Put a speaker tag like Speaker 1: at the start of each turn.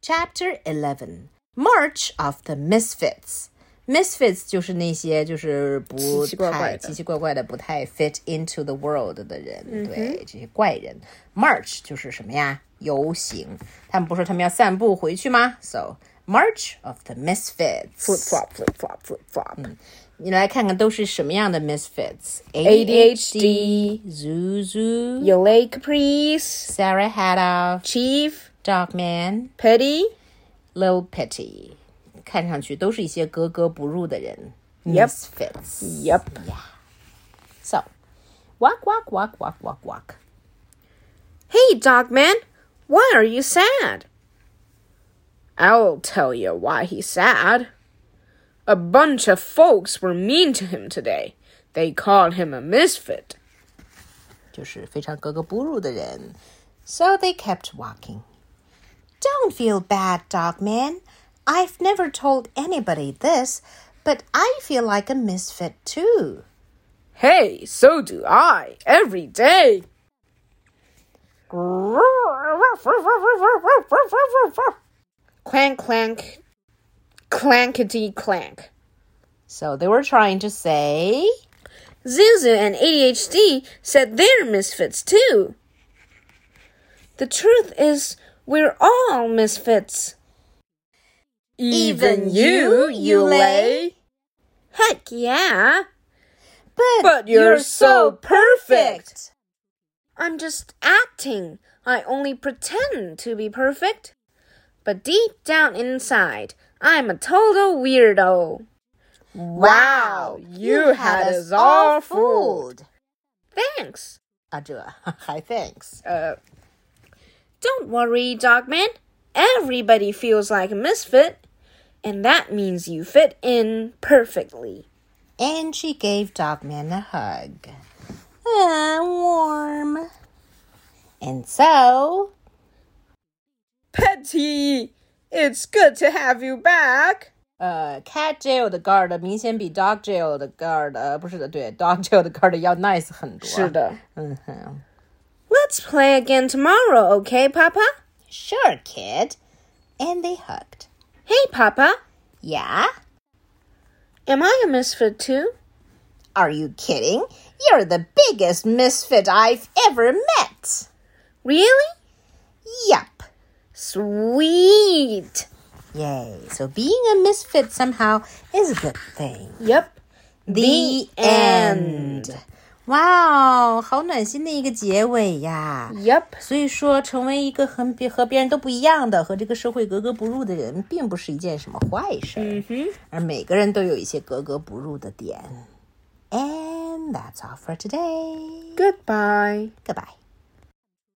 Speaker 1: Chapter Eleven: March of the Misfits. Misfits 就是那些就是不太
Speaker 2: 奇奇怪怪的
Speaker 1: 奇奇怪怪的不太 fit into the world 的人，
Speaker 2: 嗯
Speaker 1: 对这些怪人。March 就是什么呀？游行。他们不是他们要散步回去吗？So March of the Misfits.
Speaker 2: flip flop flip flop flip flop，、
Speaker 1: 你来看看都是什么样的 misfits。
Speaker 2: ADHD
Speaker 1: Zuzu、
Speaker 2: Yole Caprice、
Speaker 1: Sarah Haddock、
Speaker 2: Chief、
Speaker 1: Dogman、
Speaker 2: Petty、
Speaker 1: Lil Petty，看上去都是一些格格不入的人。
Speaker 2: Yep.
Speaker 1: Misfits.
Speaker 2: Yep。
Speaker 1: So, walk, walk, walk, walk, walk, walk.
Speaker 2: Hey, Dogman, why are you sad? I'll tell you why he's sad. A bunch of folks were mean to him today. They called him a misfit.
Speaker 1: 就是非常格格不入的人。So they kept walking. Don't feel bad, Dogman. I've never told anybody this, but I feel like a misfit too.
Speaker 2: Hey, so do I, every day. Clank, clank, clankety clank.
Speaker 1: So they were trying to say,
Speaker 2: Zuzu and ADHD said they're misfits too. The truth is, we're all misfits.
Speaker 1: Even you, Yule?
Speaker 2: Heck yeah!
Speaker 1: "But,
Speaker 2: But you're so perfect." I'm just acting. I only pretend to be perfect. But deep down inside, I'm a total weirdo. Wow, you had us all fooled. Thanks.
Speaker 1: 啊，这 还 thanks。
Speaker 2: Uh, don't worry, Dogman. Everybody feels like a misfit, and that means you fit in perfectly.
Speaker 1: And she gave Dogman a hug. Ah, warm. And so
Speaker 2: Petty, it's good to have you back.
Speaker 1: 呃，cat uh, jail 的 guard uh, 明显比 dog jail 的 guard 呃不是的，对，dog jail 的 guard 要 nice 很多。Mm-hmm.
Speaker 2: 是的。
Speaker 1: 嗯哼
Speaker 2: Let's play again tomorrow, okay, Papa?
Speaker 1: ，Sure, kid. And they hugged.
Speaker 2: Hey, Papa,
Speaker 1: Yeah.
Speaker 2: am I a misfit too?
Speaker 1: Are you kidding? You're the biggest misfit I've ever met.
Speaker 2: Really?
Speaker 1: Yup.
Speaker 2: Sweet.
Speaker 1: Yay. So being a misfit somehow is a good thing.
Speaker 2: Yep.
Speaker 1: The end. 哇哦，好暖心的一个结尾呀！
Speaker 2: Yep.
Speaker 1: 所以说，成为一个很别和别人都不一样的、和这个社会格格不入的人，并不是一件什么坏事儿。嗯哼，而每个人都有一些格格不入的点。And that's all for today.
Speaker 2: Goodbye.
Speaker 1: Goodbye.